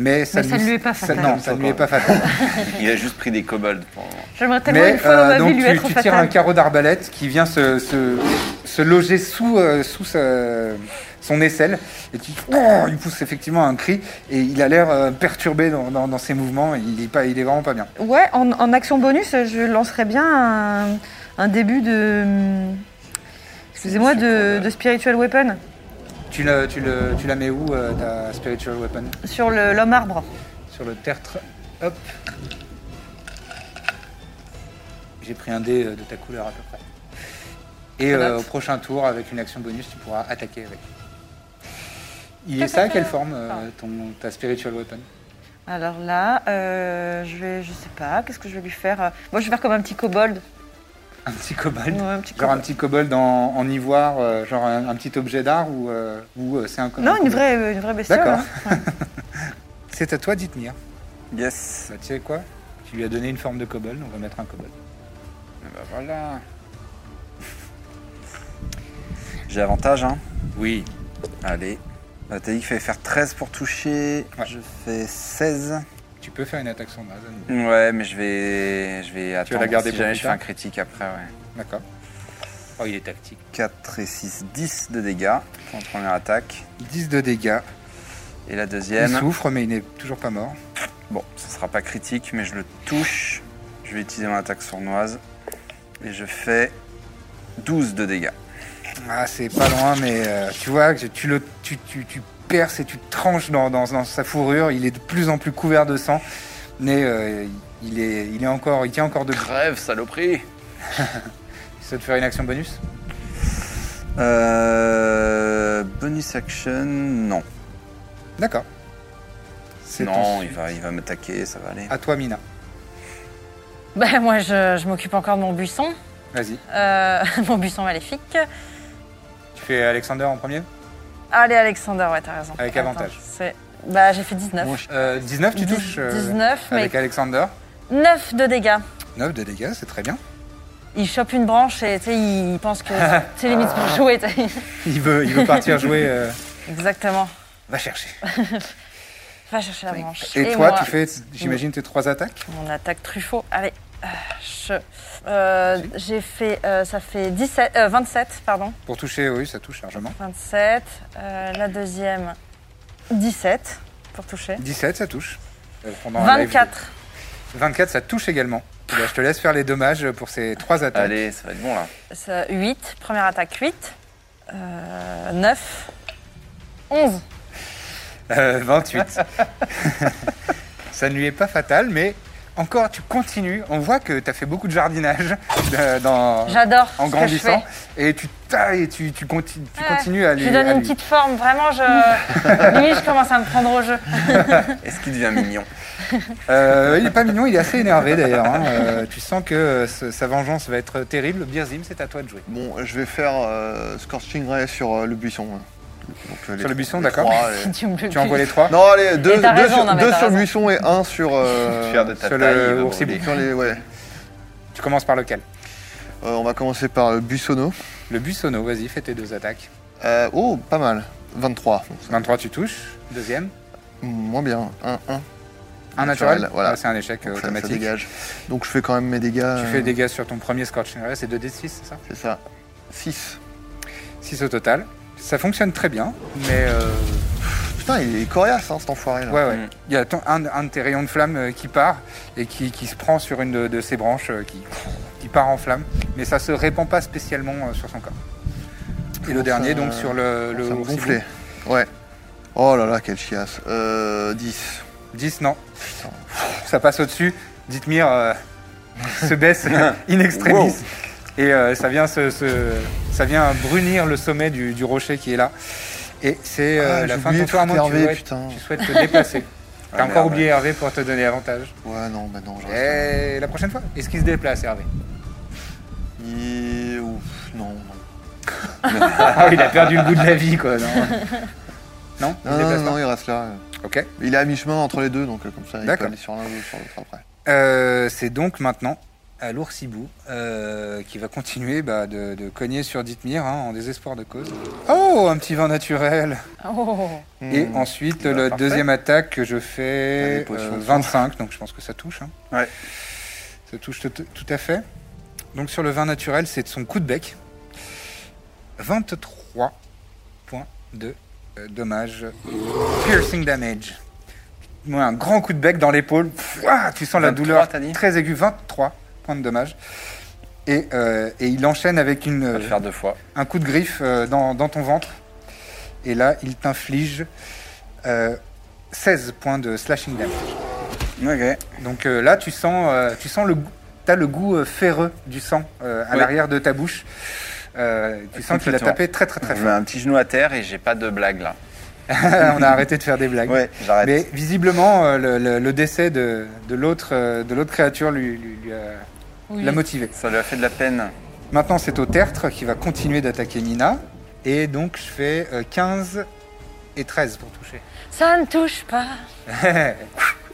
[SPEAKER 2] Mais ça,
[SPEAKER 3] Mais ça ne lui est pas fatal.
[SPEAKER 2] non, ça ne lui est pas fatal.
[SPEAKER 6] Il a juste pris des kobolds. pour le moment.
[SPEAKER 3] J'aimerais tellement
[SPEAKER 2] Mais
[SPEAKER 3] une fois
[SPEAKER 2] euh,
[SPEAKER 3] dans ma
[SPEAKER 2] donc
[SPEAKER 3] vie lui
[SPEAKER 2] tu,
[SPEAKER 3] être
[SPEAKER 2] tu tires un
[SPEAKER 3] fatal.
[SPEAKER 2] carreau d'arbalète qui vient se, se- se loger sous, euh, sous sa- son aisselle et qui oh, il pousse effectivement un cri et il a l'air euh, perturbé dans, dans- dans ses mouvements. Il est pas, il est vraiment pas bien.
[SPEAKER 3] Ouais, en, en action bonus, je lancerais bien un, un début de. Excusez-moi, de, de Spiritual Weapon
[SPEAKER 2] Tu, le- tu le- tu la mets où euh, ta spiritual weapon
[SPEAKER 3] sur le- l'homme arbre.
[SPEAKER 2] sur le tertre. Hop. J'ai pris un dé euh, de ta couleur à peu près. Et euh, au prochain tour, avec une action bonus, tu pourras attaquer avec. Il est ça à quelle forme, euh,
[SPEAKER 3] Ah.
[SPEAKER 2] ton, ta spiritual weapon
[SPEAKER 3] Alors là, euh, je vais. Je sais pas, qu'est-ce que je vais lui faire euh, Moi, je vais faire comme un petit kobold.
[SPEAKER 2] Un petit kobold
[SPEAKER 3] Ouais, un petit
[SPEAKER 2] Genre un
[SPEAKER 3] kobold.
[SPEAKER 2] petit kobold en, en ivoire, euh, genre un, un petit objet d'art ou, euh, ou, euh, c'est un
[SPEAKER 3] Non, une
[SPEAKER 2] un-
[SPEAKER 3] vraie, euh, une vraie bestiole.
[SPEAKER 2] D'accord.
[SPEAKER 3] hein.
[SPEAKER 2] C'est à toi d'y tenir.
[SPEAKER 6] Yes.
[SPEAKER 2] Bah, tu sais quoi Tu lui as donné une forme de kobold, on va mettre un kobold.
[SPEAKER 6] Ah bah voilà. J'ai avantage, hein
[SPEAKER 2] Oui.
[SPEAKER 6] Allez. Euh, T'as dit qu'il fallait faire 13 pour toucher.
[SPEAKER 2] Ouais.
[SPEAKER 6] Je fais 16.
[SPEAKER 2] Tu peux faire une attaque sans base hein, à nouveau.
[SPEAKER 6] Ouais, mais je vais, je vais attendre.
[SPEAKER 2] la garder
[SPEAKER 6] si
[SPEAKER 2] pour
[SPEAKER 6] jamais
[SPEAKER 2] plus
[SPEAKER 6] je fais
[SPEAKER 2] tard
[SPEAKER 6] un critique après, ouais.
[SPEAKER 2] D'accord. Oh, il est tactique.
[SPEAKER 6] 4 et 6, 10 de dégâts pour la première attaque.
[SPEAKER 2] 10 de dégâts.
[SPEAKER 6] Et la
[SPEAKER 2] Il
[SPEAKER 6] deuxième,
[SPEAKER 2] souffre, mais il n'est toujours pas mort.
[SPEAKER 6] bon, ce sera pas critique, mais je le touche. Je vais utiliser mon attaque sournoise. Et je fais 12 de dégâts.
[SPEAKER 2] Ah, c'est pas loin, mais euh, tu vois, que tu, le, tu, tu- tu perces et tu tranches dans, dans- dans sa fourrure. Il est de plus en plus couvert de sang, mais euh, il, est, il, est encore, il tient encore de
[SPEAKER 6] Crève, saloperie
[SPEAKER 2] Ça te faire une action bonus
[SPEAKER 6] Euh, Bonus action, non.
[SPEAKER 2] D'accord. C'est
[SPEAKER 6] Non,
[SPEAKER 2] ton-
[SPEAKER 6] il va, il va m'attaquer, ça va aller.
[SPEAKER 2] À toi, Mina.
[SPEAKER 5] Ben moi, je, je m'occupe encore de mon buisson,
[SPEAKER 2] Vas-y.
[SPEAKER 5] euh, mon buisson maléfique.
[SPEAKER 2] Tu fais Alexander en premier
[SPEAKER 5] Allez, Alexander, ouais, t'as raison.
[SPEAKER 2] Avec
[SPEAKER 5] Attends,
[SPEAKER 2] avantage.
[SPEAKER 5] c'est- Bah, j'ai fait 19.
[SPEAKER 2] Euh, 19, tu
[SPEAKER 5] Dix-
[SPEAKER 2] touches euh,
[SPEAKER 5] 19, mais
[SPEAKER 2] avec Alexander.
[SPEAKER 5] 9 de dégâts.
[SPEAKER 2] 9 de dégâts, c'est très bien.
[SPEAKER 5] Il chope une branche et tu sais, il pense que c'est limite pour jouer. tu sais.
[SPEAKER 2] Il veut, il veut partir jouer. euh,
[SPEAKER 5] Exactement.
[SPEAKER 2] va chercher.
[SPEAKER 5] Va chercher la branche.
[SPEAKER 2] Et, toi,
[SPEAKER 5] moi,
[SPEAKER 2] tu fais, j'imagine, tes trois attaques
[SPEAKER 5] Mon attaque truffaut. Allez, euh, je- euh, j'ai fait, euh, ça fait 17, euh, 27, pardon.
[SPEAKER 2] Pour toucher, oui, ça touche largement.
[SPEAKER 5] 27. euh, la deuxième, 17 pour toucher.
[SPEAKER 2] 17, ça touche. Euh, pendant un live
[SPEAKER 5] 24.
[SPEAKER 2] de- 24, ça touche également. Eh bien, je te laisse faire les dommages pour ces trois attaques.
[SPEAKER 6] Allez, ça va être bon là.
[SPEAKER 5] Ça, 8. Première attaque, 8. euh, 9. 11.
[SPEAKER 2] Euh, 28. ça ne lui est pas fatal, mais encore, tu continues. On voit que tu as fait beaucoup de jardinage euh, dans,
[SPEAKER 5] J'adore.
[SPEAKER 2] en
[SPEAKER 5] ce que je
[SPEAKER 2] grandissant.
[SPEAKER 5] fais.
[SPEAKER 2] Et tu tailles et tu, tu, conti- tu
[SPEAKER 5] Ouais.
[SPEAKER 2] continues à lui.
[SPEAKER 5] Je lui donne
[SPEAKER 2] à
[SPEAKER 5] une
[SPEAKER 2] lui-
[SPEAKER 5] petite forme, vraiment, je. Limite, je commence à me prendre au jeu.
[SPEAKER 6] Est-ce qu'il devient mignon
[SPEAKER 2] Euh, il n'est pas mignon, il est assez énervé d'ailleurs. hein. Euh, tu sens que euh, ce- sa vengeance va être terrible. Birzim, c'est à toi de jouer.
[SPEAKER 4] Bon, je vais faire euh, Scorching Ray sur euh, le buisson. hein. Donc, euh, les
[SPEAKER 2] Sur le buisson,
[SPEAKER 4] les
[SPEAKER 2] d'accord.
[SPEAKER 4] trois, les-
[SPEAKER 5] Tu me le
[SPEAKER 2] Tu envoies
[SPEAKER 5] cules.
[SPEAKER 2] les trois
[SPEAKER 4] Non, allez, deux,
[SPEAKER 5] t'as
[SPEAKER 4] deux
[SPEAKER 5] raison,
[SPEAKER 4] sur,
[SPEAKER 5] non, mais
[SPEAKER 4] deux
[SPEAKER 5] t'as
[SPEAKER 4] sur le
[SPEAKER 5] raison.
[SPEAKER 4] buisson et un sur. euh,
[SPEAKER 6] Fier de ta
[SPEAKER 2] sur
[SPEAKER 6] taille,
[SPEAKER 2] le
[SPEAKER 6] il va
[SPEAKER 2] oursibou.
[SPEAKER 6] brûler.
[SPEAKER 4] sur les, ouais.
[SPEAKER 2] Tu commences par lequel
[SPEAKER 4] Euh, on va commencer par le buissonneau.
[SPEAKER 2] Le buissonneau, vas-y, fais tes deux attaques.
[SPEAKER 4] Euh, oh, pas mal. 23. donc ça-
[SPEAKER 2] 23, tu touches. Deuxième.
[SPEAKER 4] Moins bien. 1, 1.
[SPEAKER 2] Un
[SPEAKER 4] Naturel,
[SPEAKER 2] naturel,
[SPEAKER 4] voilà.
[SPEAKER 2] Ah, c'est un échec euh,
[SPEAKER 4] Donc ça, ça
[SPEAKER 2] automatique.
[SPEAKER 4] dégage. Donc je fais quand même mes dégâts.
[SPEAKER 2] tu
[SPEAKER 4] euh,
[SPEAKER 2] fais des dégâts sur ton premier Scorching Ray, c'est 2d6, c'est ça
[SPEAKER 4] C'est ça. 6.
[SPEAKER 2] 6 au total. Ça fonctionne très bien, mais euh,
[SPEAKER 4] Putain, il est coriace, hein, cet enfoiré là.
[SPEAKER 2] ouais, ouais. Il y a ton- un, un de tes rayons de flamme euh, qui part et qui, qui se prend sur une de, de ses branches euh, qui, qui part en flamme, mais ça se répand pas spécialement euh, sur son corps. Et le
[SPEAKER 4] Comment
[SPEAKER 2] dernier,
[SPEAKER 4] ça-
[SPEAKER 2] donc sur le. le
[SPEAKER 4] ça me
[SPEAKER 2] oursibou.
[SPEAKER 4] gonflait. Ouais. Oh là là, quelle chiasse. Euh, 10.
[SPEAKER 2] 10, non. Ça passe au-dessus. Dithmir euh, se baisse in extremis.
[SPEAKER 6] Wow.
[SPEAKER 2] Et euh, ça, vient se- se- ça vient brunir le sommet du, du rocher qui est là. Et c'est euh,
[SPEAKER 4] Ah,
[SPEAKER 2] la
[SPEAKER 4] j'ai
[SPEAKER 2] fin de
[SPEAKER 4] oublié
[SPEAKER 2] ton
[SPEAKER 4] de
[SPEAKER 2] tour, à moins que
[SPEAKER 4] foutre
[SPEAKER 2] tu,
[SPEAKER 4] Hervé,
[SPEAKER 2] souhaites-
[SPEAKER 4] putain.
[SPEAKER 2] tu souhaites te déplacer.
[SPEAKER 6] Ah,
[SPEAKER 2] T'as encore
[SPEAKER 6] merde.
[SPEAKER 2] oublié Hervé pour te donner l'avantage.
[SPEAKER 4] Ouais, non, bah non, je
[SPEAKER 2] Eh,
[SPEAKER 4] reste.
[SPEAKER 2] Et la prochaine fois, est-ce qu'il se déplace, Hervé
[SPEAKER 4] Il- Ouf, non, non.
[SPEAKER 2] Ah, il a perdu le goût de la vie, quoi. Non, non, il se
[SPEAKER 4] Non, non,
[SPEAKER 2] déplace
[SPEAKER 4] non,
[SPEAKER 2] pas.
[SPEAKER 4] il reste là.
[SPEAKER 2] Ok.
[SPEAKER 4] Il est à mi-chemin entre les deux, donc euh, comme ça, il peut
[SPEAKER 2] D'accord.
[SPEAKER 4] aller sur l'un ou sur l'autre après.
[SPEAKER 2] Euh, c'est donc maintenant à l'oursibou euh, qui va continuer bah, de, de cogner sur Dithmir hein, en désespoir de cause. Oh, un petit vin naturel
[SPEAKER 5] Oh.
[SPEAKER 2] Et ensuite,
[SPEAKER 6] Bah,
[SPEAKER 2] la
[SPEAKER 6] parfait.
[SPEAKER 2] deuxième attaque que je
[SPEAKER 6] T'as des
[SPEAKER 2] fais,
[SPEAKER 6] potions
[SPEAKER 2] euh,
[SPEAKER 6] de
[SPEAKER 2] 25, donc je pense que ça touche. hein.
[SPEAKER 6] Ouais.
[SPEAKER 2] Ça touche tout, tout à fait. Donc sur le vin naturel, c'est de son coup de bec. 23 points de euh, dommage. Piercing damage. Ouais, un grand coup de bec dans l'épaule. Pff, ouah, tu sens la
[SPEAKER 6] 23,
[SPEAKER 2] douleur
[SPEAKER 6] t'as dit
[SPEAKER 2] très aiguë. 23 points de dommage. Et, euh, et il enchaîne avec une,
[SPEAKER 6] On va le faire deux fois.
[SPEAKER 2] un coup de griffe euh, dans, dans ton ventre. Et là, il t'inflige euh, 16 points de slashing damage.
[SPEAKER 6] Ok.
[SPEAKER 2] Donc euh, là, tu sens, euh, tu sens le, goût- t'as le goût euh, ferreux du sang euh, à
[SPEAKER 6] Oui.
[SPEAKER 2] l'arrière de ta bouche. Euh, tu sens qu'il a
[SPEAKER 6] Complètement.
[SPEAKER 2] tapé très très très
[SPEAKER 6] Je mets
[SPEAKER 2] fort.
[SPEAKER 6] un petit genou à terre et j'ai pas de blague là.
[SPEAKER 2] On a arrêté de faire des blagues.
[SPEAKER 6] Ouais, Ah j'arrête.
[SPEAKER 2] Mais visiblement, euh, le, le- le décès de, de l'autre euh, de l'autre créature lui, lui- lui a- l'a motivé.
[SPEAKER 6] Ça lui a fait de la peine.
[SPEAKER 2] Maintenant, c'est au tertre qui va continuer d'attaquer Mina. Et donc, je fais euh, 15 et 13 pour toucher.
[SPEAKER 5] Ça ne touche pas.
[SPEAKER 2] Eh,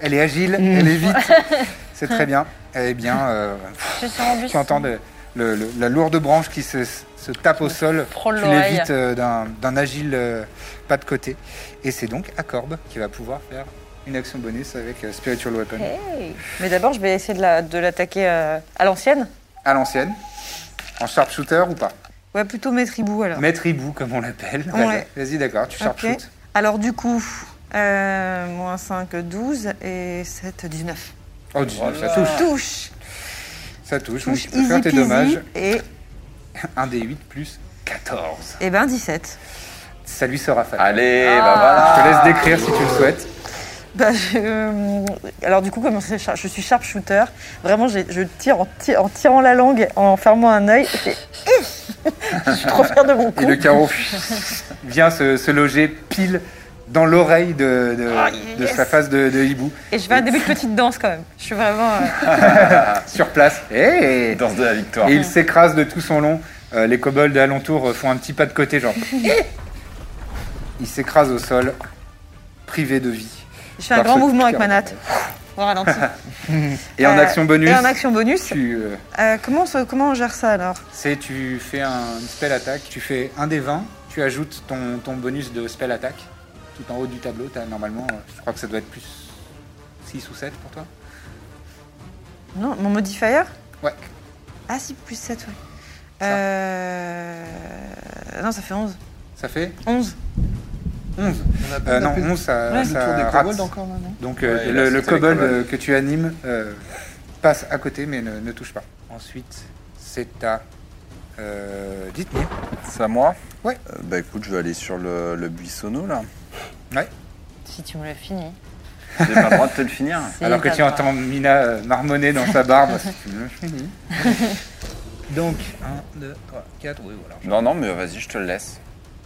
[SPEAKER 2] elle est agile,
[SPEAKER 3] Mm.
[SPEAKER 2] elle est vite. C'est très bien. Eh bien, euh,
[SPEAKER 5] Je suis rendu.
[SPEAKER 2] tu entends de- le- le- la lourde branche qui se, se tape au sol.
[SPEAKER 5] frôle
[SPEAKER 2] Tu
[SPEAKER 5] l'oreille.
[SPEAKER 2] l'évites euh, d'un d'un agile euh, pas de côté. Et c'est donc à Corbe qui va pouvoir faire une action bonus avec euh, Spiritual Weapon
[SPEAKER 3] Mais d'abord, je vais essayer de la- de l'attaquer euh, à l'ancienne.
[SPEAKER 2] à l'ancienne. En sharpshooter ou pas
[SPEAKER 3] Ouais, plutôt mes tribous alors.
[SPEAKER 2] Maître hibou, comme on l'appelle.
[SPEAKER 3] Ah. Ouais.
[SPEAKER 2] Vas-y, d'accord, tu
[SPEAKER 3] Ok.
[SPEAKER 2] sharpshootes.
[SPEAKER 3] Alors du coup, euh, moins 5, 12 et 7, 19.
[SPEAKER 2] Oh, 19, ça touche.
[SPEAKER 3] Touche
[SPEAKER 2] Ça touche. donc
[SPEAKER 3] Touche
[SPEAKER 2] tu peux faire
[SPEAKER 3] easy
[SPEAKER 2] tes
[SPEAKER 3] peasy
[SPEAKER 2] dommages.
[SPEAKER 3] et
[SPEAKER 2] 1 des 8 plus 14.
[SPEAKER 3] eh ben 17.
[SPEAKER 2] Ça lui sera fatal.
[SPEAKER 6] Allez, bah voilà.
[SPEAKER 2] Je te laisse décrire si tu le souhaites.
[SPEAKER 3] Bah, je- euh, alors du coup, comme c'est char- je suis sharpshooter, vraiment j'ai- je tire en, ti- en tirant la langue, en fermant un œil. et c'est- je suis trop fière de mon
[SPEAKER 2] Et
[SPEAKER 3] coup.
[SPEAKER 2] le carreau vient se, se loger pile dans l'oreille de, de, de
[SPEAKER 3] Ah, yes.
[SPEAKER 2] sa face de, de hibou.
[SPEAKER 3] Et je fais un début de petite danse quand même. Je suis vraiment... euh,
[SPEAKER 2] Sur place. Hey
[SPEAKER 6] Danse de la victoire.
[SPEAKER 2] Eh Et il s'écrase de tout son long. Euh, les kobolds alentour euh, font un petit pas de côté, genre. Eh il s'écrase au sol, privé de vie.
[SPEAKER 3] je fais un
[SPEAKER 2] Par
[SPEAKER 3] grand
[SPEAKER 2] ce
[SPEAKER 3] mouvement avec
[SPEAKER 2] carreau.
[SPEAKER 3] ma natte. Au ralenti.
[SPEAKER 2] Et en
[SPEAKER 3] Euh,
[SPEAKER 2] action bonus,
[SPEAKER 3] Et en action bonus.
[SPEAKER 2] tu, euh,
[SPEAKER 3] euh, comment, on se- comment on gère ça alors
[SPEAKER 2] c'est, tu fais un, une spell attack, tu fais un des 20, tu ajoutes ton, ton bonus de spell attack tout en haut du tableau. T'as normalement, euh, je crois que ça doit être plus 6 ou 7 pour toi.
[SPEAKER 3] Non, mon modifier
[SPEAKER 2] Ouais.
[SPEAKER 3] Ah si, plus 7, oui. Euh... Non, ça fait 11.
[SPEAKER 2] Ça fait
[SPEAKER 3] 11.
[SPEAKER 2] 11.
[SPEAKER 4] On a
[SPEAKER 2] Euh, non, 11, ça,
[SPEAKER 3] Ouais.
[SPEAKER 2] ça
[SPEAKER 4] tour des
[SPEAKER 2] rate.
[SPEAKER 4] kobolds encore là, non
[SPEAKER 2] Donc euh,
[SPEAKER 6] Ouais, là,
[SPEAKER 2] le, le
[SPEAKER 6] c'était les
[SPEAKER 2] kobold
[SPEAKER 6] kobolds.
[SPEAKER 2] euh, que tu animes euh, passe à côté mais ne, ne touche pas. Ensuite, c'est à... Euh, Dites-moi.
[SPEAKER 6] C'est à moi
[SPEAKER 2] Ouais.
[SPEAKER 6] Euh, bah écoute, je vais aller sur le, le buissonneau là.
[SPEAKER 5] Si tu me le finis.
[SPEAKER 6] J'ai pas le droit de te le finir.
[SPEAKER 5] C'est
[SPEAKER 2] Alors que tu
[SPEAKER 5] pas grave.
[SPEAKER 2] entends Mina euh, marmonner dans sa barbe. si tu me finis. Donc, 1, 2, 3, 4, oui, voilà.
[SPEAKER 6] Non, non, mais vas-y, je te le laisse.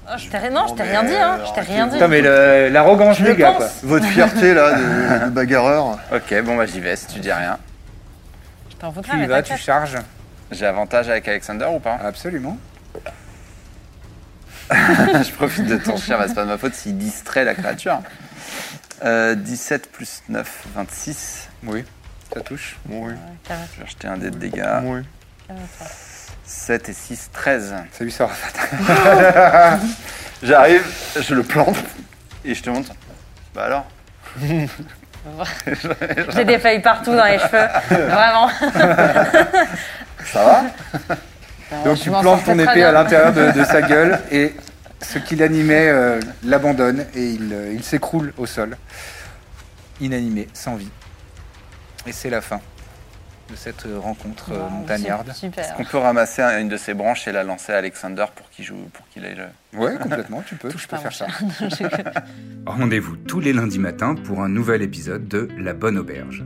[SPEAKER 5] Oh, je t'ai rien- Non, je t'ai rien dit,
[SPEAKER 2] euh,
[SPEAKER 5] hein. Je t'ai rien dit.
[SPEAKER 2] Putain, mais le- l'arrogance
[SPEAKER 5] Je le
[SPEAKER 2] des gars,
[SPEAKER 5] pense.
[SPEAKER 2] quoi.
[SPEAKER 4] Votre fierté là, de, de bagarreur.
[SPEAKER 6] Ok, bon bah j'y vais si tu dis rien.
[SPEAKER 5] Je t'en veux pas,
[SPEAKER 2] Tu y
[SPEAKER 5] mais
[SPEAKER 2] vas, tu
[SPEAKER 5] t'inquiète.
[SPEAKER 2] charges.
[SPEAKER 6] J'ai avantage avec Alexander ou pas
[SPEAKER 2] Absolument.
[SPEAKER 6] Je profite de ton chien, bah, c'est pas de ma faute s'il distrait la créature. Euh, 17 plus 9, 26.
[SPEAKER 2] Oui, ça touche.
[SPEAKER 4] Oui,
[SPEAKER 5] Calme-
[SPEAKER 6] Je vais rejeter un dé de dégâts.
[SPEAKER 4] oui.
[SPEAKER 5] calme-toi.
[SPEAKER 6] 7 et 6, 13.
[SPEAKER 2] Ça lui sera fatal.
[SPEAKER 6] J'arrive, je le plante et je te montre. Bah alors
[SPEAKER 5] J'ai des feuilles partout dans les cheveux. Vraiment.
[SPEAKER 6] Ça va
[SPEAKER 2] Donc
[SPEAKER 5] je
[SPEAKER 2] tu
[SPEAKER 5] m'en
[SPEAKER 2] plantes
[SPEAKER 5] sortais
[SPEAKER 2] ton
[SPEAKER 5] très
[SPEAKER 2] épée
[SPEAKER 5] bien.
[SPEAKER 2] à l'intérieur de, de sa gueule et ce qui l'animait euh, l'abandonne et il, euh, il s'écroule au sol, inanimé, sans vie. Et c'est la fin de cette euh, rencontre euh,
[SPEAKER 5] Wow,
[SPEAKER 2] montagnarde.
[SPEAKER 5] c'est Super.
[SPEAKER 6] On peut ramasser un- une de ses branches et la lancer à Alexander pour qu'il joue, pour qu'il euh, ait le.
[SPEAKER 2] Ouais, complètement, tu peux, tu peux
[SPEAKER 5] pas
[SPEAKER 2] faire
[SPEAKER 5] mon
[SPEAKER 2] ça. Rendez-vous tous les lundis matins pour un nouvel épisode de La Bonne Auberge.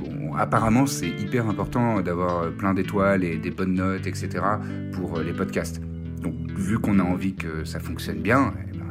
[SPEAKER 2] Bon, apparemment, c'est hyper important d'avoir euh, plein d'étoiles et des bonnes notes, etc. pour euh, les podcasts. Donc, vu qu'on a envie que ça fonctionne bien, eh ben,